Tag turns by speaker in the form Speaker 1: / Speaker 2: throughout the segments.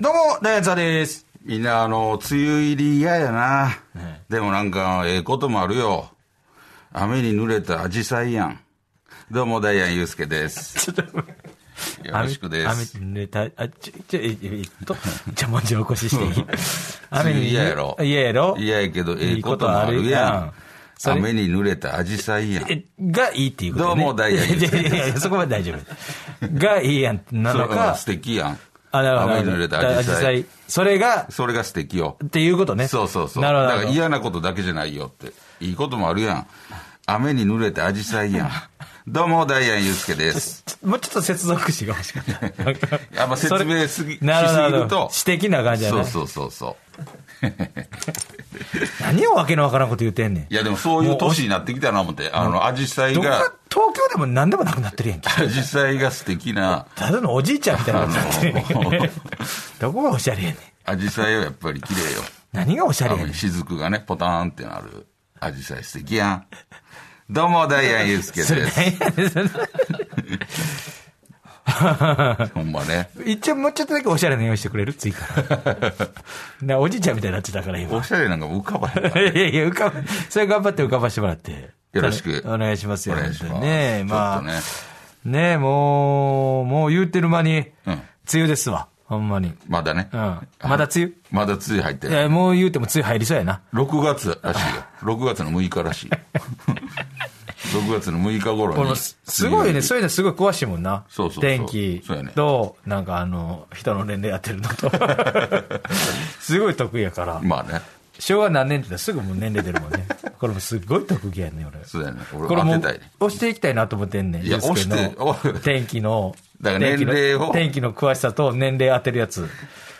Speaker 1: どうも、ダイヤツアです。みんな、あの、梅雨入り嫌やな。でもなんか、ええこともあるよ。雨に濡れたアジサイやん。どうも、ダイヤンユースケです。よろしくです。
Speaker 2: 雨、雨濡れた、あ、ちょ、ちょ、え、えっと、じゃあもうちょいお越ししてい い雨に、
Speaker 1: 嫌やろ。
Speaker 2: 嫌やろ
Speaker 1: 嫌やけど、ええこともあるやん。
Speaker 2: それ
Speaker 1: 雨に濡れたアジサイやん。
Speaker 2: えがいいっていうこと、ね、
Speaker 1: どうもダイヤです
Speaker 2: い やいやいや、そこまで大丈夫。がいいやんってなの
Speaker 1: そううん
Speaker 2: か
Speaker 1: 素、敵やん。
Speaker 2: あ、だから、
Speaker 1: 雨に濡れたアジ
Speaker 2: 紫陽
Speaker 1: サ
Speaker 2: 花
Speaker 1: イ。
Speaker 2: それが、
Speaker 1: それが素敵よ。
Speaker 2: っていうことね。
Speaker 1: そうそうそう。
Speaker 2: なるほど。
Speaker 1: だから嫌なことだけじゃないよって。いいこともあるやん。雨に濡れてアジサイ やん。どうも、ダイアンユースケです。
Speaker 2: もうちょっと接続詞が欲しかった。
Speaker 1: あんま説明すぎ、しすぎ
Speaker 2: なるほど
Speaker 1: ると。
Speaker 2: 私的な感じや
Speaker 1: そ
Speaker 2: な
Speaker 1: うそうそうそ
Speaker 2: 何をわけのわからんこと言うてんねん。
Speaker 1: う。いや、でもそういう年になってきたな思って。あの、アジサイ
Speaker 2: どこ
Speaker 1: が
Speaker 2: か、東京でも何でもなくなってるやんけ。
Speaker 1: アジサイが素敵な、
Speaker 2: ただのおじいちゃんみたいなことになって る
Speaker 1: あの
Speaker 2: やんけ。どこがおしゃれやねん。
Speaker 1: アジサイはやっぱり綺麗よ。
Speaker 2: 何がおしゃれやね
Speaker 1: 雨
Speaker 2: ん
Speaker 1: に。雫がね、ポターンってなる。アジサイ素敵やん。どうも、ダイアンユースケ
Speaker 2: それ
Speaker 1: です。
Speaker 2: 何やねんそれ
Speaker 1: ほんまね。
Speaker 2: 一応もうちょっとだけおしゃれな用意してくれる 次から。なおじいちゃんみたいになってたから今
Speaker 1: お。しゃれなんか浮かばへんわ
Speaker 2: いやいや、浮かば、それ頑張って浮かばしてもらって。
Speaker 1: よろしく
Speaker 2: お願いしますよ。
Speaker 1: お願いします。
Speaker 2: 本当にねえ、ま
Speaker 1: ちょ
Speaker 2: あ
Speaker 1: っと。ね。
Speaker 2: ねえ、もう、もう言ってる間に、
Speaker 1: うん
Speaker 2: 梅雨ですわ。ほんまに。うん。
Speaker 1: まだね。
Speaker 2: まだ梅雨
Speaker 1: まだ梅雨入って
Speaker 2: い
Speaker 1: る。
Speaker 2: や、もう言うても梅雨入りそうやな。
Speaker 1: 6月らしいよ。6月の6日 らしいよ。6月の6日頃に。
Speaker 2: この、すすごいね、そういうのすごい詳しいもんな。
Speaker 1: そうそうそう
Speaker 2: 天気
Speaker 1: そうやね
Speaker 2: と、なんかあの、人の年齢やってる のと。すごい得意やから。
Speaker 1: まあね。
Speaker 2: 昭和何年って言ったらすぐもう年齢出るもんね。これもすごい特技やね、俺。
Speaker 1: そうだよね俺
Speaker 2: これも
Speaker 1: 当てたいね
Speaker 2: 押していきたいなと思ってんねん。
Speaker 1: いや
Speaker 2: ユースケの
Speaker 1: 押して
Speaker 2: 天気の。
Speaker 1: だから年齢を
Speaker 2: 天気の天気の詳しさと年齢当てるやつ。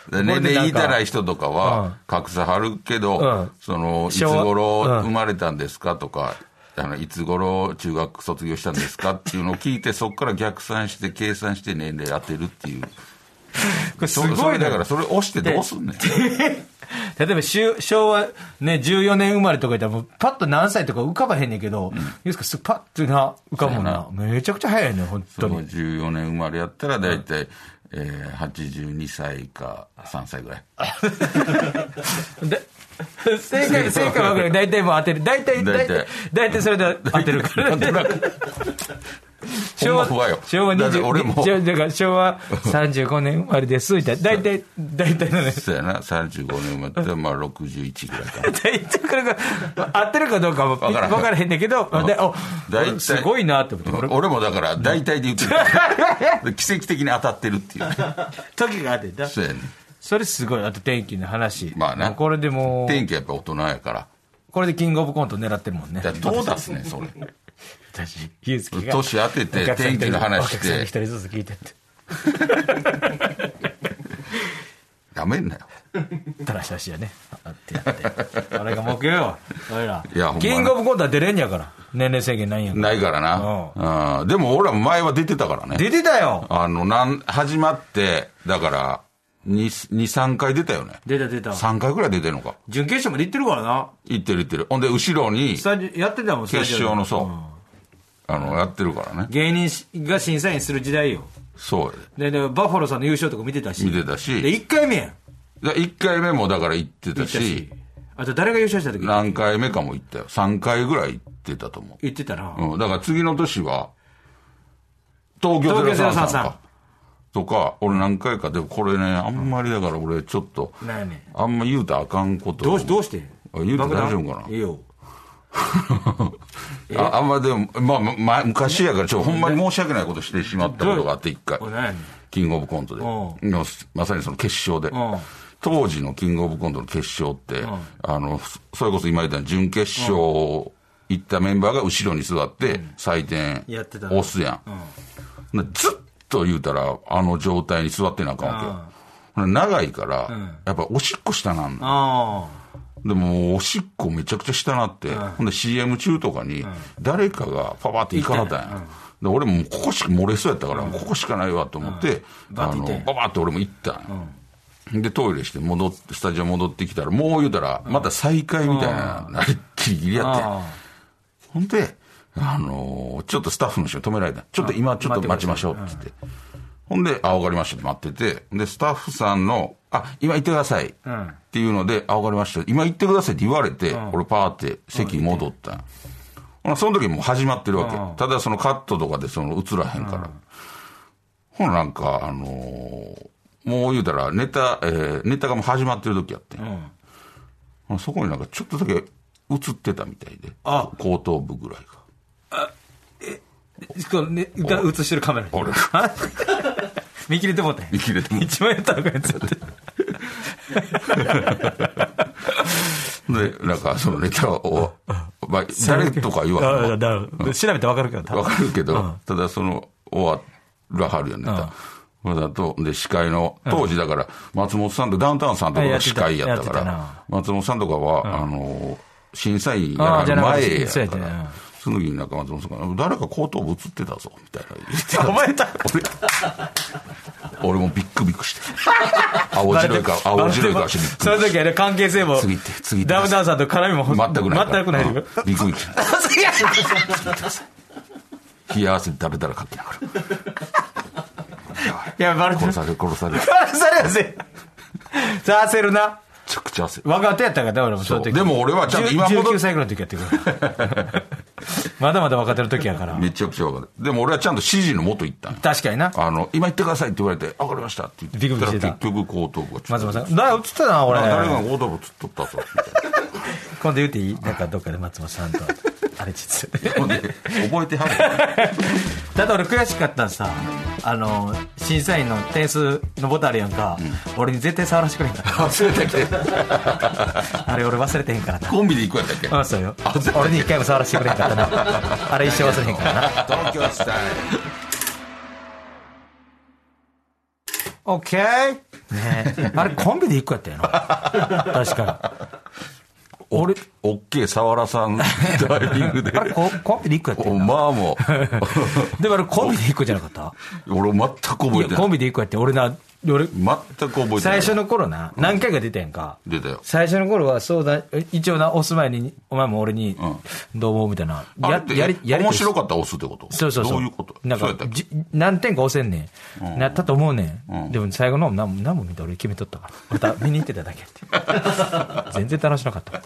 Speaker 1: 年齢言いたない
Speaker 2: 人。
Speaker 1: 人とか
Speaker 2: うん
Speaker 1: は、格差張るけど、
Speaker 2: うん
Speaker 1: その、いつ
Speaker 2: 昭和
Speaker 1: 頃
Speaker 2: うん
Speaker 1: 生まれたんですかとか、あの、いつ頃中学卒業したんですかっていうのを聞いて、そこから逆算して、計算して年齢当てるっていう。
Speaker 2: これす
Speaker 1: そそ
Speaker 2: ごい
Speaker 1: れ
Speaker 2: ね
Speaker 1: だから、それ押してどうすんねん。
Speaker 2: 例えばしゅ昭和ね、14年生まれとか言ったらもうパッと何歳とか浮かばへんねんけど、ユースケすぐパッとな、浮かぶもんな。めちゃくちゃ早いねん、本
Speaker 1: そ
Speaker 2: 当
Speaker 1: の
Speaker 2: に。
Speaker 1: 14年生まれやったら大体、えー、82歳か3歳ぐらい。
Speaker 2: で正解、正解は分かる。大体もう当てる。大体、大
Speaker 1: 大体
Speaker 2: 体、大体それで当て るから。昭和、
Speaker 1: ほんま不安よ
Speaker 2: 昭和
Speaker 1: だって俺も
Speaker 2: 20、じゃだから昭 和35年生まれです、みたいな。大体、大体のね。
Speaker 1: そうやな、35年生まれて、まあ61ぐらいかな。
Speaker 2: 大体これが、合ってるかどうかも
Speaker 1: わ
Speaker 2: 分
Speaker 1: からん
Speaker 2: からへんねんけど、でお
Speaker 1: 大体
Speaker 2: すごいなって思って。
Speaker 1: 俺
Speaker 2: 俺
Speaker 1: もだから大体で言ってる で奇跡的に当たってるっていう
Speaker 2: 時があってた。
Speaker 1: そうやね
Speaker 2: それすごい。あと天気の話。
Speaker 1: まあな
Speaker 2: もうこれでも
Speaker 1: 天
Speaker 2: う、
Speaker 1: 気やっぱ大人やから
Speaker 2: これでキングオブコント狙ってるもんね。
Speaker 1: だからどう出すねんそれ
Speaker 2: 私、ゆうすけが。
Speaker 1: 年当てて天気の話
Speaker 2: お
Speaker 1: し
Speaker 2: 客さん一
Speaker 1: て
Speaker 2: 人ずつ聞いてって。
Speaker 1: やめんなよ
Speaker 2: たらし出しやね。あってやって。あれが目標よ。俺ら。
Speaker 1: いやほんま
Speaker 2: キングオブコントは出れんやから。年齢制限ないんやから。
Speaker 1: ないからな、うん、でも俺は前は出てたからね
Speaker 2: 出てたよ
Speaker 1: あのなん始まってだから23回出たよね
Speaker 2: 出た出た。
Speaker 1: 3回ぐらい出てるのか
Speaker 2: 準決勝まで行ってるからな。
Speaker 1: 行ってる行ってるほんで後ろに
Speaker 2: スタジオ、やってたもん、ス
Speaker 1: 決
Speaker 2: タジオで
Speaker 1: 勝のそう、あのやってるからね
Speaker 2: 芸人が審査員する時代よ。
Speaker 1: そうやで
Speaker 2: で、でバッファローさんの優勝とか見てたし。
Speaker 1: 見てたし
Speaker 2: で、1回目やん。
Speaker 1: だ1回目もだから行って
Speaker 2: 行
Speaker 1: た
Speaker 2: った
Speaker 1: し
Speaker 2: し。あと、誰が優勝した時
Speaker 1: 何回目かも行ったよ。3回ぐらい行ってたと思
Speaker 2: 言ってたな。
Speaker 1: う。うん。だから次の年は、東京03さん
Speaker 2: 東京03
Speaker 1: か。とか、俺何回か。でもこれね、あんまりだから俺ちょっと、
Speaker 2: なんやねん
Speaker 1: あんま言うたらあかんこと。
Speaker 2: どうし、どうして
Speaker 1: あ言うて大丈夫かな
Speaker 2: 爆弾いいよ。
Speaker 1: ああんまでも、まあ、まま昔やから、ちょ、ほんまに申し訳ないことしてしまったことがあって、一回
Speaker 2: お。なんやねん
Speaker 1: キングオブコントで。
Speaker 2: う
Speaker 1: のまさにその決勝で
Speaker 2: うん。
Speaker 1: 当時のキングオブコントの決勝って
Speaker 2: ん、
Speaker 1: あの、そそれこそ今言ったように準決勝行ったメンバーが後ろに座って、採点
Speaker 2: やってた
Speaker 1: 押すやん。なずっと言うたら、あの状態に座ってなあかんわけよ。長いから、
Speaker 2: ん
Speaker 1: やっぱおしっこしたなんの。
Speaker 2: あ
Speaker 1: でも、おしっこめちゃくちゃしたなって、ほんで CM 中とかに、誰かがパパって行かなたんや。で俺ももうここしか漏れそうやったから、ここしかないわと思って、
Speaker 2: んバ
Speaker 1: あ
Speaker 2: ッて
Speaker 1: の
Speaker 2: 行ったんや
Speaker 1: ババって俺も行ったんやで、トイレして戻って、スタジオ戻ってきたら、もう言うたら、また再会みたいな、なりっきりギリやってん。
Speaker 2: あ
Speaker 1: ほんで、あのーちょっとスタッフの人に止められた。ちょっと今ちょっと待ちましょうって言って。ほんで、あ、わかりましたって待ってて、で、スタッフさんの、あ、今行ってください。
Speaker 2: ん
Speaker 1: っていうので、あ、わかりました。今行ってくださいって言われて、俺パーって席に戻ったんや。ほなその時もう始まってるわけ。ただそのカットとかでその映らへんから。ほななんか、あのーもう言うたらネタ、えーネタがもう始まってる時やってん。
Speaker 2: ん
Speaker 1: ほなそこになんかちょっとだけ映ってたみたいで。
Speaker 2: あ
Speaker 1: 後頭部ぐらいが。
Speaker 2: しかもね、が映してるカメラに。
Speaker 1: 俺
Speaker 2: あ見切れてもうて。
Speaker 1: 見切れ てもう
Speaker 2: 一番やったらかやつやって。
Speaker 1: で、なんか、そのネタを、まあ、誰とか言わ
Speaker 2: あ
Speaker 1: ん
Speaker 2: だから調べてわかるから、多
Speaker 1: の。わ
Speaker 2: 分
Speaker 1: かるけど、ただその、終わらはるやん、ネタ。まだと、で、司会の、当時だから、松本さんとダウンタウンさんとか
Speaker 2: あや
Speaker 1: が
Speaker 2: ってた
Speaker 1: 司会やったか
Speaker 2: やってたな
Speaker 1: ら、松本さんとかは、あの、審査員やら
Speaker 2: あ
Speaker 1: は
Speaker 2: じゃ
Speaker 1: る
Speaker 2: あなんか
Speaker 1: 前や
Speaker 2: そう
Speaker 1: っ
Speaker 2: やっ
Speaker 1: た
Speaker 2: たよ
Speaker 1: から
Speaker 2: な、
Speaker 1: その時になんか松本さんが、誰か後頭部映ってたぞ、みたいな言ってた。
Speaker 2: お前だ
Speaker 1: 俺、俺もビックビックして。青白い顔、青白い顔してビックビックして
Speaker 2: その時あれ関係性も、
Speaker 1: 次行って次行って
Speaker 2: ダウンタウンさんと絡みも
Speaker 1: 全くない。
Speaker 2: 全くない。
Speaker 1: うんびっくりした。冷や汗だらだらかきながら。
Speaker 2: いや、バレてる
Speaker 1: 殺。さ れる、殺される。め
Speaker 2: バレされやせ。さあ、焦るな。
Speaker 1: ちゃくちゃ汗。
Speaker 2: 若手やったからな、俺もその
Speaker 1: そう
Speaker 2: 時。
Speaker 1: でも俺はちゃんと今
Speaker 2: 10
Speaker 1: 戻っ
Speaker 2: 19歳ぐらいの時やってくから まだまだ若手の時やから。
Speaker 1: めちゃくちゃ分かる。でも俺はちゃんと指示のもと行ったんよ
Speaker 2: 確かにな。
Speaker 1: あの、今行ってくださいって言われて、あわかりましたって
Speaker 2: ビ
Speaker 1: 言
Speaker 2: ク
Speaker 1: ったら
Speaker 2: ビクしてた
Speaker 1: 結局後頭部がちょっ
Speaker 2: 松
Speaker 1: と
Speaker 2: 本さん。だ、映ってたな、俺。
Speaker 1: あ誰が後頭部つっとったぞ。みたいな
Speaker 2: 今度言うていいなんかどっかで松本さんと。 あれ実は。
Speaker 1: ほんで覚えてはる。
Speaker 2: だって俺悔しかったんさあの審査員の点数のボタンあるやんか、俺に絶対触らしてくれへんから
Speaker 1: 忘れたっけ
Speaker 2: あれ俺忘れてへんからな
Speaker 1: コンビで行くやったっけ
Speaker 2: あそうよ
Speaker 1: あそう
Speaker 2: 俺に一回も触らしてくれへんかった なあれ一生忘れへんからな
Speaker 1: 東京スタイル。
Speaker 2: オッケーねえあれコンビで一個やったよな確か
Speaker 1: 俺、おっけえ、沢原さん、ダイビングで
Speaker 2: に。あれココンビで一個やったよ
Speaker 1: お
Speaker 2: な
Speaker 1: まあ も
Speaker 2: でもあれコンビで一個じゃなかった
Speaker 1: う、俺全く
Speaker 2: い
Speaker 1: 覚え
Speaker 2: や
Speaker 1: て
Speaker 2: コ
Speaker 1: ない。
Speaker 2: ンビで一個やって俺な俺
Speaker 1: 全く覚えてない。
Speaker 2: 最初の頃な何回か出たやんか、
Speaker 1: 出たよ。
Speaker 2: 最初の頃はそうだ一応な押す前にお前も俺に「どうも」みたいな、
Speaker 1: あれって
Speaker 2: やりやり
Speaker 1: 面白か
Speaker 2: か
Speaker 1: ったら押すってこと
Speaker 2: そうそうそう
Speaker 1: どういうこと
Speaker 2: なん
Speaker 1: そうやった
Speaker 2: か
Speaker 1: っけ
Speaker 2: じ何点か押せんねん、なったと思うねん、
Speaker 1: うん
Speaker 2: でも最後の方何も何も見て俺決めとったからまた見に行ってた だけって全然楽しなかった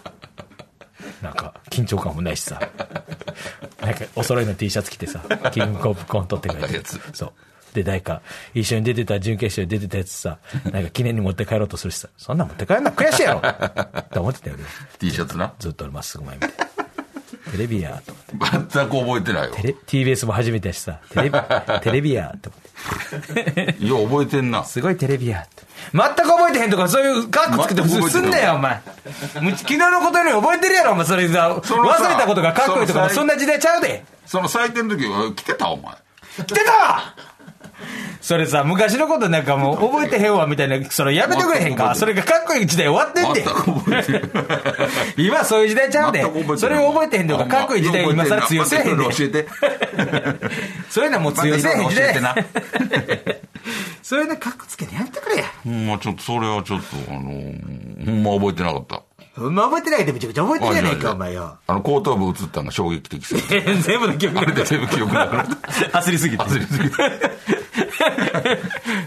Speaker 2: なんか緊張感もないしさなんかお揃いの T シャツ着てさキングコンプコントって書い
Speaker 1: 赤い
Speaker 2: て
Speaker 1: やつ
Speaker 2: そうで誰か一緒に出てた準決勝で出てたやつさなんか記念に持って帰ろうとするしさそんなん持って帰んな悔しいやろって思ってたよね
Speaker 1: T シャツな。
Speaker 2: ずっと俺まっすぐ前見てテレビやと思って
Speaker 1: 全く覚えて ないよ。
Speaker 2: テレ TBS も初めてやしさテレビテレビやと思って
Speaker 1: いや、覚えてんな。
Speaker 2: すごいテレビやって全く覚えてへんとかそういうカッコつけて
Speaker 1: 全く覚えてない
Speaker 2: すんなよお前む昨日のことより覚えてるやろお前それさ
Speaker 1: そ
Speaker 2: 忘
Speaker 1: のさ
Speaker 2: れたことがかっこいいとか
Speaker 1: その
Speaker 2: も
Speaker 1: さ
Speaker 2: そんな時代ちゃうで
Speaker 1: その採点の時は、来てたお前。
Speaker 2: 来てたわそれさ昔のことなんかもう覚えてへんわみたいなそれやめてくれへんかそ
Speaker 1: 全
Speaker 2: れがかっこいい時代終わってん
Speaker 1: 全
Speaker 2: で
Speaker 1: く覚えてない。
Speaker 2: 今そういう時代ち ゃうで
Speaker 1: 全く覚えてない
Speaker 2: それを覚えてへんとかかっこいい時代今更通用せえへんで
Speaker 1: またいろいろ教
Speaker 2: そういうのはもう
Speaker 1: また
Speaker 2: 通
Speaker 1: いろ
Speaker 2: 用
Speaker 1: い
Speaker 2: せえへん
Speaker 1: ろ
Speaker 2: 時
Speaker 1: 教え
Speaker 2: 代
Speaker 1: てな。
Speaker 2: そういうのかっこつけてやめてくれや
Speaker 1: ほんま、ちょっと、それはちょっと、あのー、ほんま覚えてなかった。
Speaker 2: ほんま覚えてないでめちゃくちゃ覚えてるやないかお前よ
Speaker 1: あの、後頭部映ったのが衝撃的すぎ て。
Speaker 2: 全部の記憶
Speaker 1: あれで全部記憶なくな った。
Speaker 2: 焦りすぎて
Speaker 1: 焦りすぎて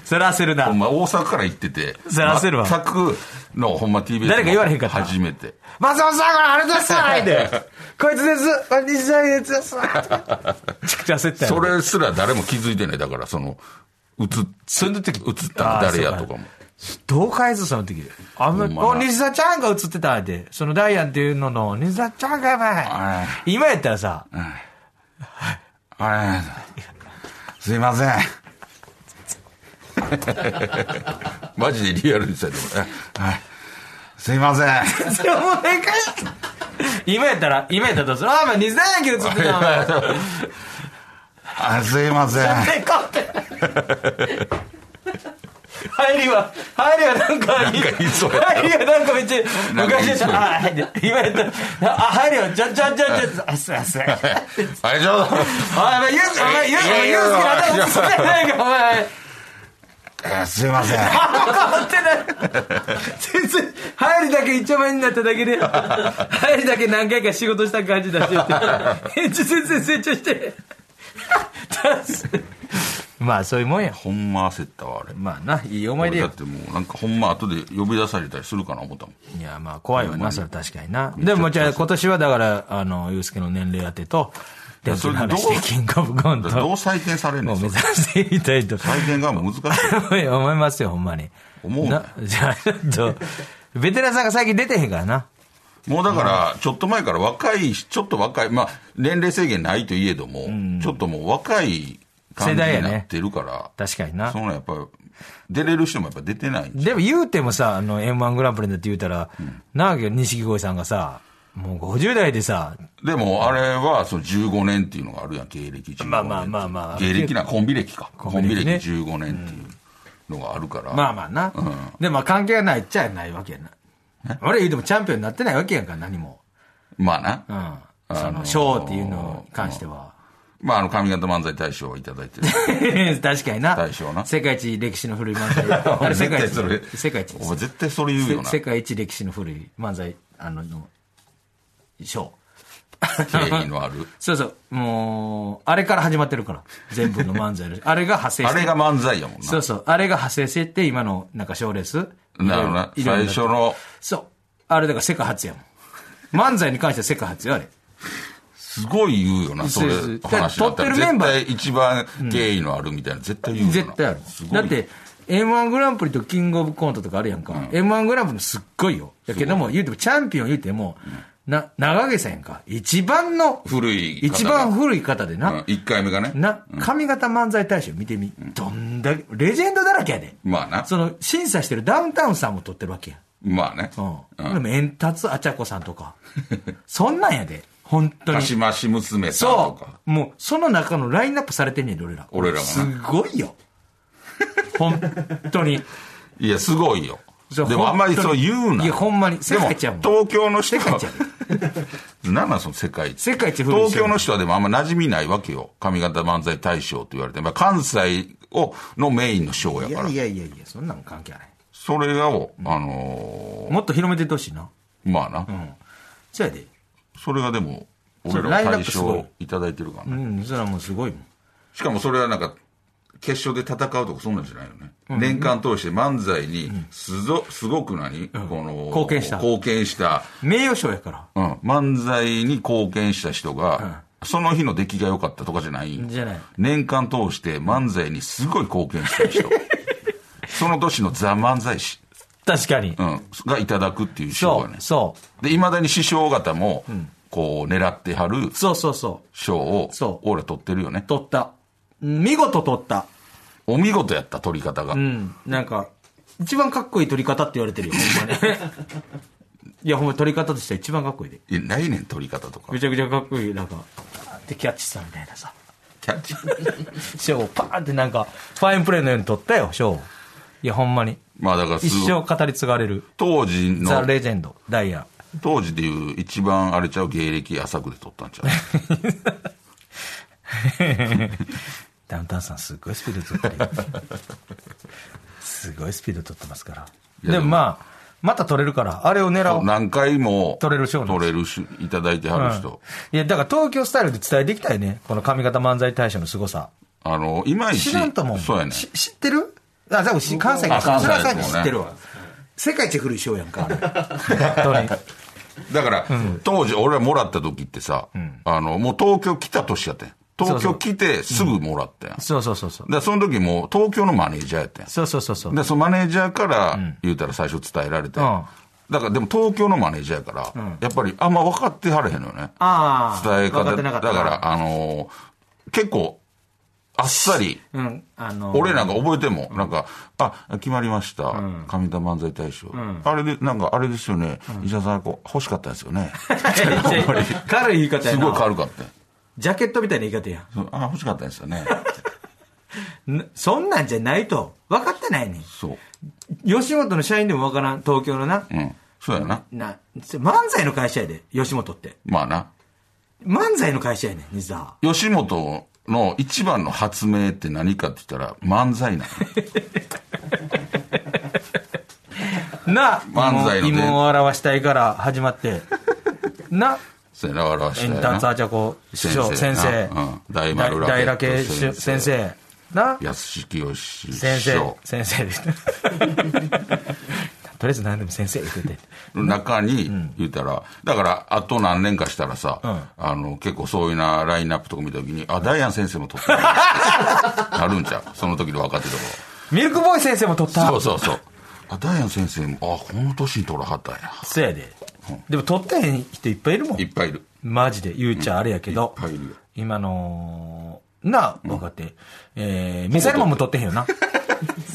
Speaker 2: それ焦るな
Speaker 1: ほんま、大阪から行ってて。
Speaker 2: そら焦るわ
Speaker 1: 全くの、ほんま TBS。
Speaker 2: 誰か言われへんかった
Speaker 1: 初めて。
Speaker 2: 松本さんこれあれですわい でこいつですこんにちはですめちゃくちゃ焦ったよ
Speaker 1: それすら誰も気づいてない。だから、その、映っ、その時映ったの誰やとかも。
Speaker 2: どう返すその時あんまり
Speaker 1: ほんま
Speaker 2: お
Speaker 1: な
Speaker 2: 西田ちゃんが映ってたってそのダイアンっていうのの西田ちゃんがやば
Speaker 1: あ
Speaker 2: い今やったらさ
Speaker 1: あれ、すいません。 マジでリアルにしたいと思う。はい。すいません。
Speaker 2: それもうでかい今やったら今やったらどうするあお前西田やんけ映ってたお前
Speaker 1: あすいません。
Speaker 2: でかって入りは、入りはなんか、
Speaker 1: なんか言いそうや
Speaker 2: 入りはなんかめっちゃ、
Speaker 1: なんか言
Speaker 2: 昔や
Speaker 1: い
Speaker 2: っ
Speaker 1: そう
Speaker 2: た
Speaker 1: や
Speaker 2: ら、あ、入り、今やったら、あ、入りは、じゃんじゃんじゃんじゃん、あ、すいません。
Speaker 1: あれちょうど
Speaker 2: あ、お前、ゆうすけ、お前、ゆうすけ、ゆうすけ、頭打ちしてないか、お前。
Speaker 1: あすいません
Speaker 2: 変わってない。全然、入りだけ一丁前になっただけで、入りだけ何回か仕事した感じだしって、返事全然成長して。まあ、そういうもんや。
Speaker 1: ほんま焦ったわあれ
Speaker 2: まあな、いい思い
Speaker 1: 俺
Speaker 2: 出
Speaker 1: だ
Speaker 2: よ
Speaker 1: っ。てもうなんかほんま後で呼び出されたりするかな思ったもん
Speaker 2: いや、まあ、怖いわな、それは確かにな。でも、じゃあ、今年はだから、あの、ゆうすけの年齢当てと、天気の話
Speaker 1: それど
Speaker 2: で
Speaker 1: う
Speaker 2: キングオブコン
Speaker 1: だからどう
Speaker 2: ト
Speaker 1: 採点されんの
Speaker 2: を目
Speaker 1: それ
Speaker 2: 指していきた いと
Speaker 1: 採点が難しい
Speaker 2: 思いますよ、ほんまに。
Speaker 1: 思うね
Speaker 2: なじゃあ、ちょっと、ベテランさんが最近出てへんからな。
Speaker 1: もうだからちょっと前から若いちょっと若いまあ年齢制限ないといえども、ちょっともう若い感じになってるから、
Speaker 2: 確かにな
Speaker 1: そ。のやっぱり出れる人もやっぱ出てない
Speaker 2: でも言うてもさ、あの、M1 グランプリだって言うたら、なあけど、錦鯉さんがさ、もう50代でさ、
Speaker 1: でも、あれは、その15年っていうのがあるやん、芸歴15年。
Speaker 2: まあまあまあまあ
Speaker 1: 芸歴な、コンビ歴か。
Speaker 2: コ
Speaker 1: コ
Speaker 2: ン
Speaker 1: ン
Speaker 2: ビ
Speaker 1: ビ
Speaker 2: 歴
Speaker 1: 歴
Speaker 2: ね
Speaker 1: 15年っていうのがあるから。
Speaker 2: まあまあな。でも関係がないっちゃないわけやな。俺言うてもチャンピオンになってないわけやんか、何も。
Speaker 1: まあな。
Speaker 2: うん。
Speaker 1: のー
Speaker 2: その、賞っていうのに関し ては。
Speaker 1: まあ、あの、上方漫才大賞をいただいてる。
Speaker 2: 確かにな。
Speaker 1: 大賞な
Speaker 2: 世界一歴史の古い漫 才。あれ世界一。世界一で
Speaker 1: お前絶対それ言うよ
Speaker 2: す。
Speaker 1: な。
Speaker 2: 世界一歴史の古い漫才、あの、の賞。
Speaker 1: 経緯のあ る。
Speaker 2: そうそう。もう、あれから始まってるから。全部の 漫才の。あれが派生し
Speaker 1: あ
Speaker 2: て。
Speaker 1: れが漫才やもん
Speaker 2: そうそう。あれが派生してって、今の、なんか賞レース。。
Speaker 1: な。なるほどない
Speaker 2: ろ
Speaker 1: 最
Speaker 2: いろな
Speaker 1: 初の、
Speaker 2: そう。あれだから世界初やもん。漫才に関しては世界初よ、あれ。
Speaker 1: すごい言うよな、それ
Speaker 2: そうそう。
Speaker 1: 話になった
Speaker 2: だから
Speaker 1: ら
Speaker 2: 撮ってるメンバー
Speaker 1: 絶対一番経緯のあるみたいな、絶対言うよな。
Speaker 2: 絶対ある
Speaker 1: す。ごい
Speaker 2: だって、M1 グランプリとキングオブコントとかあるやんか。M1 グランプリもすっごいよ。だけども、言うても、チャンピオン言うても、な、長毛さんやんか。一番の、
Speaker 1: 古い方が。
Speaker 2: 一番古い方で
Speaker 1: うん
Speaker 2: な。
Speaker 1: 一回目がね。
Speaker 2: な、上方漫才大賞見てみ。どんだけ、レジェンドだらけやで。
Speaker 1: まあな。
Speaker 2: その、審査してるダウンタウンさんも撮ってるわけやん。
Speaker 1: まあね。
Speaker 2: う
Speaker 1: うん
Speaker 2: ん。でも、エンタツアチャコさんとか。そんなんやで。本当に
Speaker 1: マ。シマシ娘さんと
Speaker 2: そ
Speaker 1: か。
Speaker 2: う。もう、その中のラインナップされてんねんで、俺ら。
Speaker 1: 俺らがな
Speaker 2: すごいよ。本 当に。
Speaker 1: いや、すごいよ。
Speaker 2: そ
Speaker 1: で
Speaker 2: う
Speaker 1: もあんまり
Speaker 2: 本
Speaker 1: そ
Speaker 2: 当
Speaker 1: う
Speaker 2: に
Speaker 1: 言うな。
Speaker 2: いやほんまに
Speaker 1: で
Speaker 2: 世
Speaker 1: も
Speaker 2: 界一やもん
Speaker 1: 東京の人
Speaker 2: 世界
Speaker 1: は
Speaker 2: 一や、
Speaker 1: 何なんその世界一。
Speaker 2: 世界一古い
Speaker 1: 東京の人はでもあんま馴染みないわけよ。上方漫才大賞と言われて。まあ、関西を、のメインの賞や
Speaker 2: い
Speaker 1: か
Speaker 2: や
Speaker 1: ら
Speaker 2: い。やいやいや、そんなもん関係ない。
Speaker 1: それを、あの
Speaker 2: もっと広めてってほしいな。
Speaker 1: ーまあな。
Speaker 2: そうやで。
Speaker 1: それがでも、俺
Speaker 2: そうラ
Speaker 1: ら
Speaker 2: インナッ
Speaker 1: 大
Speaker 2: プすごい
Speaker 1: 賞いただいてるから
Speaker 2: う
Speaker 1: ね。
Speaker 2: ん、それはもうすごいもん。
Speaker 1: しかもそれはなんか、決勝で戦うとかそんなんじゃないよね。年間通して漫才にすぞ、すごく何、この、
Speaker 2: 貢献した
Speaker 1: 貢献した
Speaker 2: 名誉賞やから。
Speaker 1: うん、漫才に貢献した人が、その日の出来が良かったとかじゃないんよ
Speaker 2: じゃない
Speaker 1: 年間通して漫才にすごい貢献した 人。その年のザ・漫才師、
Speaker 2: 確かに
Speaker 1: う。ん、がいただくっていう賞
Speaker 2: そ
Speaker 1: がね
Speaker 2: う、。そ
Speaker 1: で、いまだに師匠方も、こう、狙ってはる
Speaker 2: う。そうそうそう。
Speaker 1: 賞を
Speaker 2: そ、う
Speaker 1: 俺ら取ってるよね。
Speaker 2: 取った。見事取った。
Speaker 1: お見事やった、取り方が。
Speaker 2: うん。なんか、一番かっこいい取り方って言われてるよ、ほんまに。 いや、ほんま取り方としては一番かっこいいで。
Speaker 1: いや、ないねん、取り方とか
Speaker 2: め。ちゃくちゃかっこいい、なんか、でキャッチしたみたいなさ。
Speaker 1: キャッ チ。
Speaker 2: ショーをパーンってなんか、ファインプレーのように取ったよ、ショーをいや、ほんまに。
Speaker 1: まあだからす
Speaker 2: 一生語り継がれる。
Speaker 1: 当時
Speaker 2: ザ・
Speaker 1: の、
Speaker 2: レジェンド、ダイヤ。
Speaker 1: 当時でいう一番あれちゃう芸歴浅くで取ったんちゃう
Speaker 2: ダウンタウンさんすごいスピード取ってる よすごいスピード取ってますから。
Speaker 1: いや
Speaker 2: で
Speaker 1: で
Speaker 2: も
Speaker 1: も
Speaker 2: まあ、また取れるから、あれを狙おう。
Speaker 1: 何回も
Speaker 2: 取れる賞なんで
Speaker 1: 取れるしいただいてはる人、
Speaker 2: うんいや、だから東京スタイルで伝えていきたいね。この髪型漫才大賞の凄さ。
Speaker 1: あのいまいち
Speaker 2: 知らんと思う。
Speaker 1: そうやね
Speaker 2: し知ってるあ、多分し関西が
Speaker 1: あ関西
Speaker 2: それは
Speaker 1: ですもんね
Speaker 2: 知ってるわ。世界一古い賞やんか、あれ本当に。
Speaker 1: だから、当時俺らもらった時ってさ、あのもう東京来た年やってん東京来てすぐもらったやん
Speaker 2: そうそうそうそう。
Speaker 1: でその時もう東京のマネージャーやってん
Speaker 2: そうそうそうそう。
Speaker 1: でそのマネージャーから言うたら最初伝えられて、
Speaker 2: うん
Speaker 1: だからでも東京のマネージャーやから、やっぱりあんま分かってはれへんのよね
Speaker 2: ああ。
Speaker 1: 伝え
Speaker 2: 分か
Speaker 1: 方
Speaker 2: ってなか
Speaker 1: だ
Speaker 2: っ
Speaker 1: か
Speaker 2: たな。
Speaker 1: らあのー結構あっさり
Speaker 2: うん、あの
Speaker 1: 俺なんか覚えても、なんか、あ、決まりました。上田漫才大賞。あれで、なんかあれですよね。石田さん、こう、欲しかったですよ ね。
Speaker 2: 軽い言い方や
Speaker 1: す
Speaker 2: な
Speaker 1: ごい軽かった。
Speaker 2: ジャケットみたいな言い方や
Speaker 1: そうあ、欲しかったですよね。
Speaker 2: んそんなんじゃないと。分かってないねん。
Speaker 1: そう。
Speaker 2: 吉本の社員でも分からん。東京のな。
Speaker 1: うん。そうやな。
Speaker 2: な、漫才の会社やで、吉本って。
Speaker 1: まあな。
Speaker 2: 漫才の会社やねん、西澤。
Speaker 1: 吉本の一番の発明って何かって言ったら漫才なの。
Speaker 2: な、
Speaker 1: 漫才の
Speaker 2: 疑
Speaker 1: ね
Speaker 2: 問を表したいから始まって。な、
Speaker 1: そうやな、笑わし
Speaker 2: エ
Speaker 1: た
Speaker 2: ン
Speaker 1: や
Speaker 2: タンツアー
Speaker 1: な。
Speaker 2: チャコ師匠、
Speaker 1: 先
Speaker 2: 先
Speaker 1: 生
Speaker 2: 生
Speaker 1: なうん。大丸ラケット
Speaker 2: 大ラケ師
Speaker 1: 先生
Speaker 2: 先生。な、
Speaker 1: 安志清師
Speaker 2: 先生
Speaker 1: 匠、
Speaker 2: 先生 です。とりあえず何でも先生言ってて。
Speaker 1: の中に言ったら、だからあと何年かしたらさ、あの結構そういうなラインナップとか見た時に、あ、ダイアン先生も取ったななるんちゃうその時の若手とかは。
Speaker 2: ミルクボーイ先生も取った。
Speaker 1: そうそうそう。あ、ダイアン先生も、あ、この年に取らはったんや。
Speaker 2: そうやで。でも取ってへん人いっぱいいるもん
Speaker 1: い。っぱいいる。
Speaker 2: マジで言うちゃあれやけど
Speaker 1: うんいっぱいいるよ、
Speaker 2: 今の、なあ、分かって。えーミサイルマンも取ってへんよな。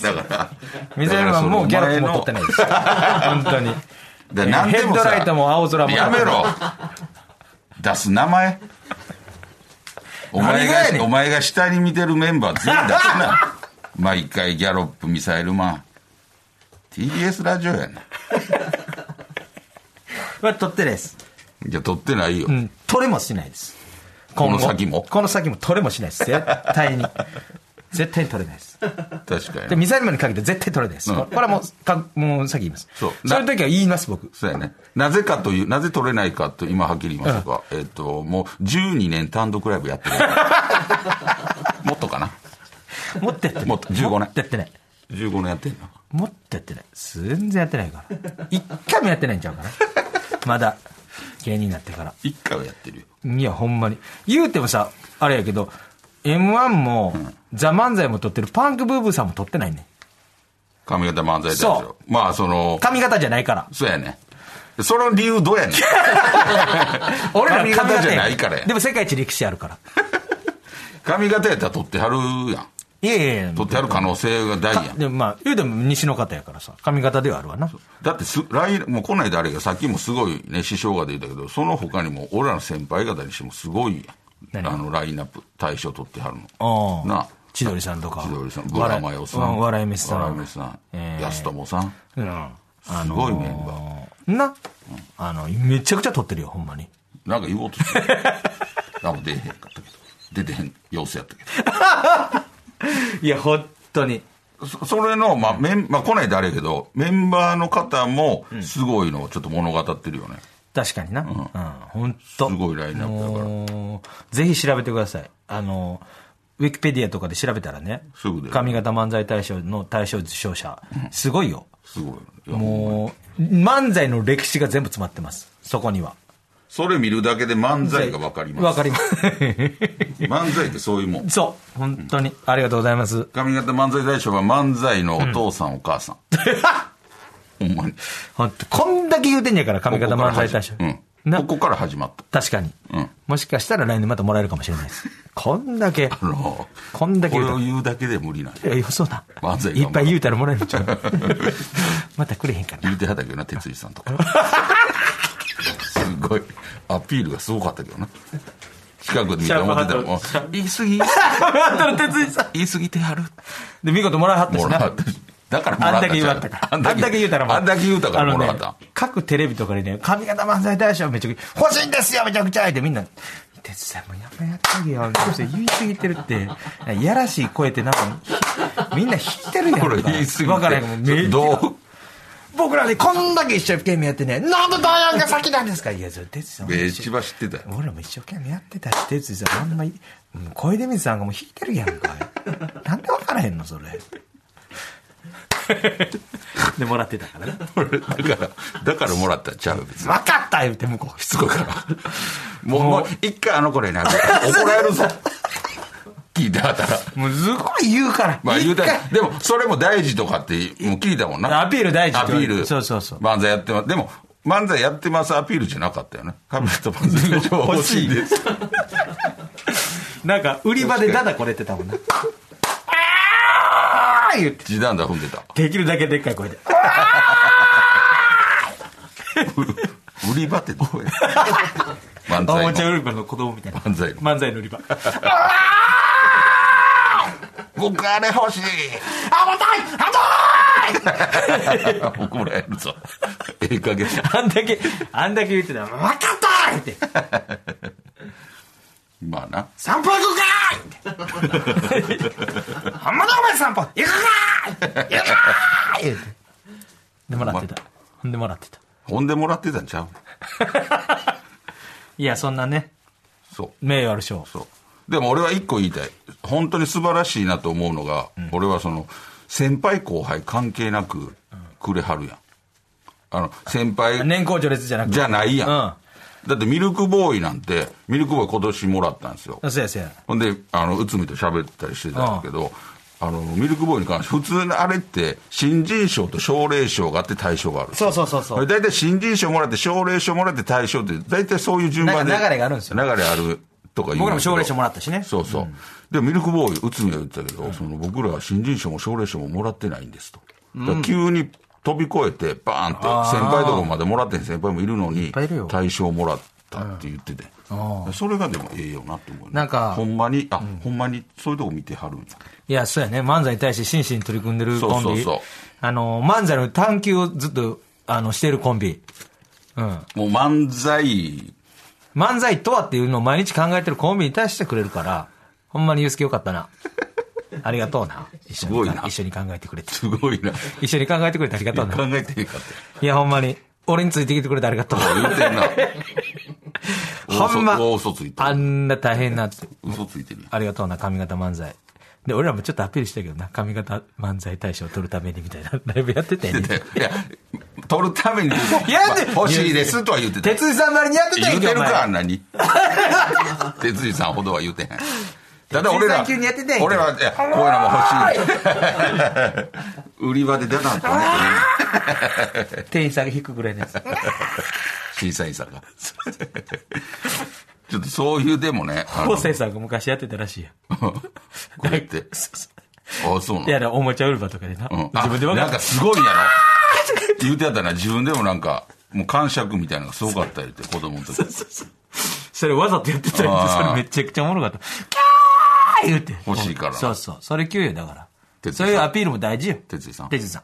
Speaker 1: だから。
Speaker 2: ミサイルマンもギャロップも取ってないです。本当に。
Speaker 1: で何でも
Speaker 2: ヘ
Speaker 1: さ
Speaker 2: ッドライトも青空も
Speaker 1: やめろ。出す名前。お前
Speaker 2: 何がやねん
Speaker 1: が、お前が下に見てるメンバー全員出す な。毎回ギャロップ、ミサイルマン。TBS ラジオやね
Speaker 2: は取ってないです。
Speaker 1: ん。じゃ、取ってないよ。
Speaker 2: うん、取れもしないです。
Speaker 1: この
Speaker 2: 今後
Speaker 1: 先も
Speaker 2: この先も取れもしないです。絶 対に。絶対に取れないです。
Speaker 1: 確か
Speaker 2: で、
Speaker 1: に。
Speaker 2: ミサイルマンにかけて絶対取れないです。
Speaker 1: うん
Speaker 2: これはもう、かもう先言います。
Speaker 1: そう
Speaker 2: そういう時は言います、僕。
Speaker 1: そうやね。なぜかという、なぜ取れないかと、今はっきり言いましたが、えっと、もう12年単独ライブやって る。もっとかな。
Speaker 2: 持ってってない。
Speaker 1: もっと15年
Speaker 2: 持ってってない。
Speaker 1: 15年やってんの。
Speaker 2: 持ってってない。全然やってないから。一回もやってないんちゃうかな。まだ、芸人になってから。
Speaker 1: 一回はやってるよ。
Speaker 2: いや、ほんまに。言うてもさ、あれやけど、M1 も、ザ・漫才も撮ってる、パンクブーブーさんも撮ってないね。
Speaker 1: 髪型漫才大
Speaker 2: そ
Speaker 1: 賞。まあ、その、
Speaker 2: 髪型じゃないから。
Speaker 1: そうやね。その理由どう やねん。
Speaker 2: 俺ら
Speaker 1: 髪型じゃないからや
Speaker 2: でも世界一歴史あるから。
Speaker 1: 髪型やったら取ってはるやん。
Speaker 2: いやいやいや。
Speaker 1: 取ってはる可能性が大やん。
Speaker 2: でもまあ、言うても西の方やからさ、髪型ではあるわな。
Speaker 1: だってす、来もうこないだあれがさっきもすごいね、師匠が出たけど、その他にも、俺らの先輩方にしてもすごいやん。
Speaker 2: 何
Speaker 1: あの、ラインナップ、大賞取ってはる
Speaker 2: あ
Speaker 1: の。
Speaker 2: あ
Speaker 1: なあ。
Speaker 2: 千鳥さんとか。
Speaker 1: 千鳥さん、ブラマヨさ
Speaker 2: わら
Speaker 1: ん。
Speaker 2: うん笑い飯さん。
Speaker 1: 笑い飯さん。
Speaker 2: えー
Speaker 1: 安友さん。
Speaker 2: うん。あの
Speaker 1: すごいメンバー。
Speaker 2: ー。な。あの、めちゃくちゃ撮ってるよ、ほんまに。
Speaker 1: なんか言おうとして る。なんか出えへんかったけど。出てへん様子やったけど。
Speaker 2: いや、本当に。
Speaker 1: そそれの、まあ、メン、まあ、来ないであれやけど、メンバーの方も、すごいのをちょっと物語ってるよね。
Speaker 2: 確かにな。うん、本当。
Speaker 1: すごいラインナップだから
Speaker 2: もうぜひ調べてください。あの、ウィキペディアとかで調べたらね、
Speaker 1: すぐ出る
Speaker 2: 髪型漫才大賞の大賞受賞者、すごいよ。
Speaker 1: すごいよね。
Speaker 2: もう、漫才の歴史が全部詰まってます。そこには。
Speaker 1: それ見るだけで漫才がわかります。
Speaker 2: わか ります。
Speaker 1: 漫才ってそういうもん。
Speaker 2: そう。本当に。ありがとうございます。
Speaker 1: 髪型漫才大賞は漫才のお父さん、お母 さん。ほんまに。
Speaker 2: 本当こんだけ言うてんやから、髪型
Speaker 1: ここから
Speaker 2: 漫才大
Speaker 1: 始。
Speaker 2: 賞
Speaker 1: ま
Speaker 2: な
Speaker 1: うん。ここから始まった。
Speaker 2: 確かに、
Speaker 1: うん
Speaker 2: もしかしたら来年またもらえるかもしれないです。こんだけ、
Speaker 1: あの
Speaker 2: こんだけ
Speaker 1: これ
Speaker 2: 言うた
Speaker 1: を言うだけで無理なんや。
Speaker 2: ら。いや、そうだ。
Speaker 1: 漫才頑張ろう
Speaker 2: いっぱい言うたらもらえるんちゃう またくれへ ん かな。
Speaker 1: 言うてはったけどな、哲司さんと か。すごい。アピールがすごかったけどな。近くで見て思ってたら、もう言い過ぎ、言い過ぎてはる。
Speaker 2: で、見事もらいはったし
Speaker 1: もら
Speaker 2: な
Speaker 1: っ。たしだからもら
Speaker 2: あん
Speaker 1: っ
Speaker 2: だ
Speaker 1: た
Speaker 2: け
Speaker 1: んち
Speaker 2: 言わ
Speaker 1: ゃ
Speaker 2: は
Speaker 1: う
Speaker 2: ったから。あんだけ言うたらもら
Speaker 1: あ
Speaker 2: った
Speaker 1: んだけ言うたからもらった
Speaker 2: あのね。各テレビとかにね、髪型漫才大賞めちゃくちゃ、欲しいんですよめちゃくちゃってみんな、哲司さんもやっぱやってるよ。そして言い過ぎてるって、いやらしい声ってなんか、みんな引いてるやんか。
Speaker 1: これ言い過ぎて
Speaker 2: わからへんもん。めっちゃ
Speaker 1: どう
Speaker 2: 僕らね、こんだけ一生懸命やってね、なんでダイアンが先なんですかいや、それ哲司さんも
Speaker 1: えー
Speaker 2: 一
Speaker 1: 一
Speaker 2: 緒。
Speaker 1: 番知ってたよ。
Speaker 2: 俺らも一生懸命やってたし、哲司さんあんまり、うん小出水さんがもう引いてるやんか。なんでわからへんのそれ。 で、もらってたからね。
Speaker 1: だから、だからもらったんちゃう、別に。
Speaker 2: わかった言うて向こう
Speaker 1: しつこい から。もう、もう、一回あの子らになるから怒られるぞ。聞いてはったら。
Speaker 2: もうすごい言うから。
Speaker 1: まあ言うた
Speaker 2: 一
Speaker 1: ら
Speaker 2: 回、
Speaker 1: でも、それも大事とかって、もう聞いたもんな。
Speaker 2: アピール大事
Speaker 1: アピール。
Speaker 2: そうそうそう
Speaker 1: 漫才やってます。でも、漫才やってますアピールじゃなかったよね。髪型漫才の情報欲しいです。
Speaker 2: なんか、売り場でダダこれてたもんな。あー言って。
Speaker 1: 時短だ踏んでた。
Speaker 2: できるだけでっかい声で。
Speaker 1: 売り場ってどこ や漫
Speaker 2: おもち
Speaker 1: 才
Speaker 2: ゃ
Speaker 1: の。
Speaker 2: 売り場の子供みたいな。
Speaker 1: 漫才の
Speaker 2: 漫才の売り場。
Speaker 1: ゴ僕あれ欲しいあ重たい重たい怒られるぞええ加減
Speaker 2: あんだけ、あんだけ言ってたら、分かったって。
Speaker 1: まあな
Speaker 2: 散歩行くかいあんまだお前散歩行くかい行くかい言うてでもらってた。ほんでもらってた。
Speaker 1: ほんでもらってたんちゃう
Speaker 2: いや、そんなね、
Speaker 1: そう
Speaker 2: 名誉ある賞。
Speaker 1: そう。でも俺は一個言いたい。本当に素晴らしいなと思うのが、俺はその、先輩後輩関係なくくれはるやん。あの、先輩
Speaker 2: 年功序列じゃなくて。
Speaker 1: じゃないやん。
Speaker 2: うん
Speaker 1: だってミルクボーイなんて、ミルクボーイ今年もらったんですよ。
Speaker 2: そうやそうや。
Speaker 1: ほんで、あの、内海と喋ったりしてたんだけど、あの、ミルクボーイに関して、普通のあれって、新人賞と奨励賞があって大賞がある。
Speaker 2: そうそうそうそう。
Speaker 1: 大体新人賞もらって、奨励賞もらって、大賞って、大体そういう順番で。
Speaker 2: なんか流れがあるんですよ
Speaker 1: 流れあるとか言う
Speaker 2: 僕らも奨励賞もら
Speaker 1: っ
Speaker 2: ったしね。
Speaker 1: そうそう。でも、ミルクボーイ、内海が言ってたけど、その僕らは新人賞も奨励賞ももらってないんですと。だから急に飛び越えて、バーンって、先輩とかまでもらってん先輩もいるのに
Speaker 2: ぱいいるよ、
Speaker 1: 大賞もらったって言ってて。それがでもええよなって思うね
Speaker 2: なんか
Speaker 1: ほんまに、あ、ほんまに、そういうとこ見てはるんだ。
Speaker 2: いや、そうやね。漫才に対して真摯に取り組んでるコンビ。
Speaker 1: そうそうそう
Speaker 2: あの、漫才の探求をずっと、あの、してるコンビ。うん。
Speaker 1: もう漫才、
Speaker 2: 漫才とはっていうのを毎日考えてるコンビに対してくれるから、ほんまにユうスケよかっ たな。ありがとうな。一緒
Speaker 1: すごい
Speaker 2: に
Speaker 1: な
Speaker 2: 一緒に考えてくれて。
Speaker 1: すごいな。
Speaker 2: 一緒に考えてくれてありがとう
Speaker 1: 考
Speaker 2: な。
Speaker 1: えてへんかった。
Speaker 2: いや、ほんまに。俺についてきてくれてありがとう。
Speaker 1: 言うてんな。
Speaker 2: ほんま
Speaker 1: 大嘘大嘘ついて
Speaker 2: あ
Speaker 1: る。
Speaker 2: んな大変な、
Speaker 1: 嘘ついてるやん。
Speaker 2: ありがとうな、髪型漫才。で、俺らもちょっとアピールしたけどな、髪型漫才大賞を取るためにみたいな ライブやってたよね。
Speaker 1: いや、取るために、
Speaker 2: やで
Speaker 1: まあ欲しいですとは言ってた。
Speaker 2: 哲司さんなりにやってたや
Speaker 1: 言
Speaker 2: ん
Speaker 1: う
Speaker 2: け
Speaker 1: てる
Speaker 2: お前
Speaker 1: か、あんなに。 哲二さんほどは言うてへん。ただ俺
Speaker 2: 哲二さ
Speaker 1: ら、
Speaker 2: ん急にやってたやんけ
Speaker 1: 俺ら、いやこういうのも欲し い。売り場で出たんと思ってね、
Speaker 2: 店員さんが引くぐらいのやつ。
Speaker 1: 審査員さんが。 ちょっとそういうでもね、あ
Speaker 2: 昴
Speaker 1: の
Speaker 2: 生さんが昔やってたらしいやん。
Speaker 1: これ って。あ、そうなの
Speaker 2: いや、だからおもちゃ売り場とかでな。
Speaker 1: うん、
Speaker 2: 自分で分か
Speaker 1: なん
Speaker 2: っ
Speaker 1: かすごいんやろ言うてやったな自分でもなんかもう感触みたいなのがすごかった言って子供の時
Speaker 2: それわざとやってた
Speaker 1: あ
Speaker 2: んで、そ
Speaker 1: ー
Speaker 2: れめちゃくちゃおもろかった。キャー言うて。
Speaker 1: 欲しいから
Speaker 2: そうそう。それ級よ、だか
Speaker 1: 哲
Speaker 2: ら。
Speaker 1: 司さん
Speaker 2: そういうアピールも大事よ。
Speaker 1: 哲司さん
Speaker 2: 哲司さん。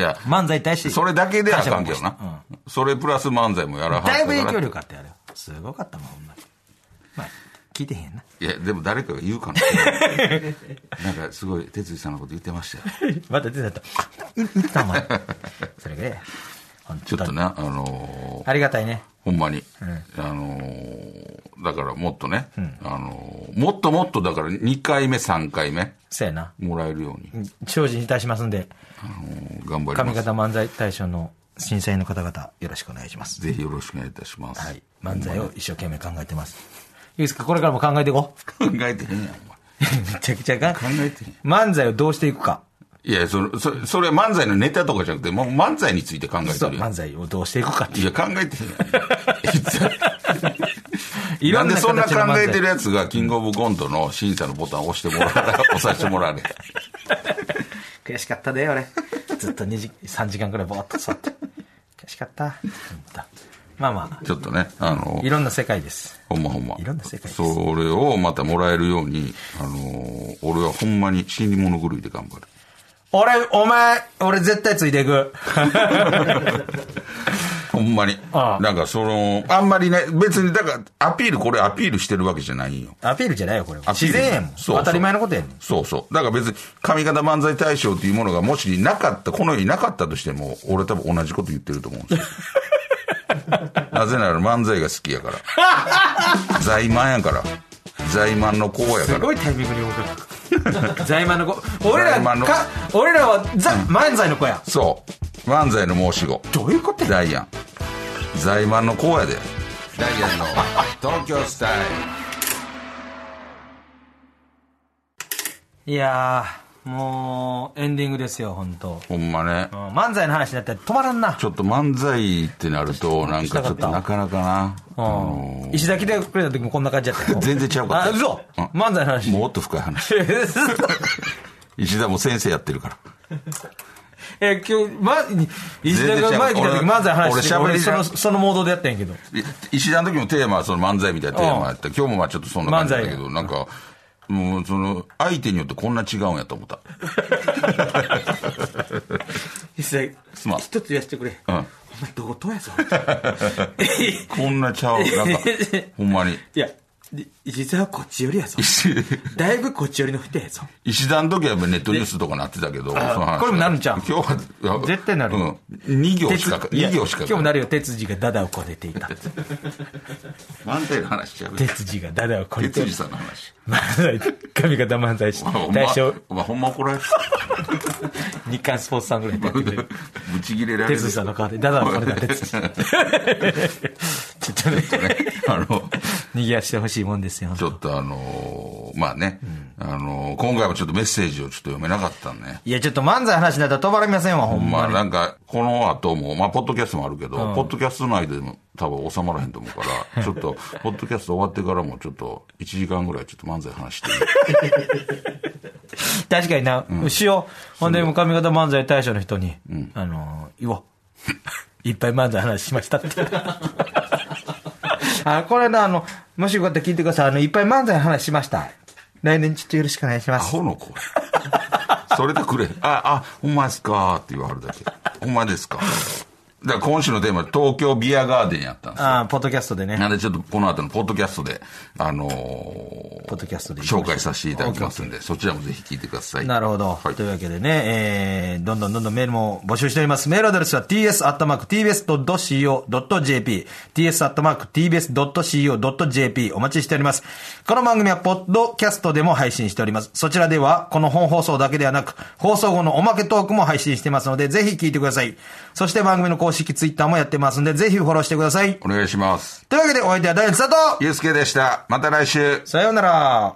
Speaker 1: いや
Speaker 2: 漫才に対して。
Speaker 1: それだけではあかんけど
Speaker 2: 感謝も
Speaker 1: な、それプラス漫才もやらはったか
Speaker 2: だ
Speaker 1: ら
Speaker 2: いぶ影響力あったよ、あれは。すごかったもん、ほんまに。まあ、聞いてへんな。
Speaker 1: いやでも誰かが言うかななんかすごい哲司さんのこと言ってましたよ
Speaker 2: また出てた。言ってた、お前。それぐらいや。本
Speaker 1: ちょっ
Speaker 2: 当だ
Speaker 1: とねあのー
Speaker 2: ありがたいね。
Speaker 1: ほんまに、あのーだからもっとね、あのーもっともっとだから2回目3回目
Speaker 2: そうやな。
Speaker 1: もらえるように、
Speaker 2: 精進いたしますんで、
Speaker 1: うん頑張り
Speaker 2: 上
Speaker 1: ます
Speaker 2: 方漫才大賞の審査員の方々、よろしくお願いします。
Speaker 1: ぜひよろしくお願いいたします、
Speaker 2: はい。漫才を一生懸命考えてます。いいですかこれからも考えていこう。
Speaker 1: 考えてへんやんお前
Speaker 2: めちゃくちゃ考
Speaker 1: 考えてへん
Speaker 2: 漫才をどうしていくか。
Speaker 1: いや、それ、それ、それは漫才のネタとかじゃなくて、もう漫才について考えて
Speaker 2: そう、
Speaker 1: るやん。
Speaker 2: 漫才をどうしていくかって
Speaker 1: い
Speaker 2: いう。
Speaker 1: や、考えてへんやんいつ。
Speaker 2: いろ
Speaker 1: なんん
Speaker 2: な
Speaker 1: でそんな
Speaker 2: 形の漫才
Speaker 1: 考えてるやつが、キングオブコントの審査のボタンを押してもらわれ、押させてもらわ れ。
Speaker 2: 悔しかったで、俺。ずっと2時、3時間くらいぼーっと座って。悔しかった。ほんとまあま
Speaker 1: ちょっとね、あの
Speaker 2: あ、い、ろんな世界です。
Speaker 1: ほんまほんま。
Speaker 2: いろんな世界です
Speaker 1: それをまたもらえるように、あの、俺はほんまに死に物狂いで頑張る。
Speaker 2: 俺、お前、俺絶対ついていく。
Speaker 1: ほんまに。
Speaker 2: ああ
Speaker 1: なんかその、あんまりね、別に、だから、アピール、これアピールしてるわけじゃないんよ。
Speaker 2: アピールじゃないよ、これは。
Speaker 1: アピー
Speaker 2: 自
Speaker 1: ル
Speaker 2: 然やもん。
Speaker 1: そうそう
Speaker 2: 当たり前のことやねん。
Speaker 1: そうそう。だから別に、上方漫才大賞というものがもしなかった、この世になかったとしても、俺多分同じこと言ってると思うん ですよ。なぜなら漫才が好きや から。在満やから。在満の子やか
Speaker 2: す
Speaker 1: ら。
Speaker 2: ごいタイミングに動く。 在満の子。俺ら
Speaker 1: 在満の
Speaker 2: か、俺らはザ、漫才の子や。
Speaker 1: そう。漫才の申し子。
Speaker 2: どういうこと
Speaker 1: ダイアン。在満の子やで。ダイアンの東京スタイ
Speaker 2: いやー、もう、エンディングですよ、本当。
Speaker 1: ル。ほんまね
Speaker 2: う。ん漫才の話になったら止まらんな。
Speaker 1: ちょっと漫才ってなると、なんかちょっとなかなかな。あ
Speaker 2: うん
Speaker 1: の
Speaker 2: 石田来てくれた時もこんな感じやった よ
Speaker 1: 全然ちゃうかった
Speaker 2: あ、嘘
Speaker 1: うん
Speaker 2: 漫才の話。
Speaker 1: もっと深い話。石田も先生やってるから。
Speaker 2: え、今日、ま、石田が前来た時
Speaker 1: 全然違う
Speaker 2: 漫才の話して
Speaker 1: 俺
Speaker 2: 俺
Speaker 1: 俺喋り
Speaker 2: そ
Speaker 1: な
Speaker 2: の、そのモードでやったんやけど。
Speaker 1: い石田の時もテーマはその漫才みたいなテーマやった今日もまあちょっとそんな感じだけどなんかもうその、相手によってこんな違うんやと思った。
Speaker 2: 実
Speaker 1: すまん
Speaker 2: 際、一つ言わせてくれ。
Speaker 1: うん
Speaker 2: お前、どことやぞ。
Speaker 1: こんなちゃう、なんか、ほんまに。
Speaker 2: いや、じ実はこっち寄りやぞ。
Speaker 1: 石、
Speaker 2: だいぶこっち寄りの人やぞ。
Speaker 1: 石田の時はやっぱネットニュースとかなってたけど、その話
Speaker 2: これもなるんちゃう
Speaker 1: 今日は、いや
Speaker 2: 絶対なる
Speaker 1: うん。2行しか、
Speaker 2: いや
Speaker 1: 二行しか。
Speaker 2: 今日もなるよ、鉄次がダダをこねてい た。
Speaker 1: 満点の話しちゃう。
Speaker 2: 鉄次がダダをこねて
Speaker 1: 哲
Speaker 2: い
Speaker 1: 二
Speaker 2: た。
Speaker 1: さんの話。
Speaker 2: 漫才、髪型漫才師
Speaker 1: お前ほ、んま
Speaker 2: 大将、
Speaker 1: お前ほんま怒られ る。
Speaker 2: 日刊スポーツさんぐらいでやってくれる。
Speaker 1: ぶち切れられる。
Speaker 2: 鉄次さんの顔で、ダダをこねた鉄次。 ちょっとね、
Speaker 1: あの、
Speaker 2: 逃げ足してほしいもんですよ。
Speaker 1: ちょっとあのーまあね、あのー今回はちょっとメッセージをちょっと読めなかったね。
Speaker 2: いや、ちょっと漫才話になったら止まりませんわ、ほん
Speaker 1: ま
Speaker 2: ま
Speaker 1: あ
Speaker 2: に。
Speaker 1: なんか、この後も、まあ、ポッドキャストもあるけど、ポッドキャスト内でも多分収まらへんと思うから、ちょっと、ポッドキャスト終わってからもちょっと、1時間ぐらいちょっと漫才話していい
Speaker 2: 確かにな、しよう。ほんで、髪型漫才大賞の人に、あのー、言おう。 いっぱい漫才話しま したって。あ、これな、あの、もしよかったら聞いてください。あの、いっぱい漫才話しました。来年ちょっとよろしくお願いしま
Speaker 1: ア
Speaker 2: す。
Speaker 1: ホの声。それでくれ。あ、あ、ほんまですかって言わはるだけ。ほんまですか。だから今週のテーマ、東京ビアガーデンやったんですよ。
Speaker 2: あーポッドキャストでね。
Speaker 1: なんでちょっとこの後のポッドキャストで、あのー
Speaker 2: ポッドキャストで
Speaker 1: 紹介させていただきますんで、そちらもぜひ聞いてください。
Speaker 2: なるほど。
Speaker 1: はい
Speaker 2: というわけでね、えー、どんどんどんどんメールも募集しております。メールアドレスは ts.tbs.co.jp、ts.tbs.co.jp お待ちしております。この番組はポッドキャストでも配信しております。そちらでは、この本放送だけではなく、放送後のおまけトークも配信してますので、ぜひ聞いてください。そして番組の公式ツイッターもやってますんで、ぜひフォローしてください。
Speaker 1: お願いします。
Speaker 2: というわけで、お相手は大地佐藤
Speaker 1: ゆうすけでした。また来週。
Speaker 2: さようなら。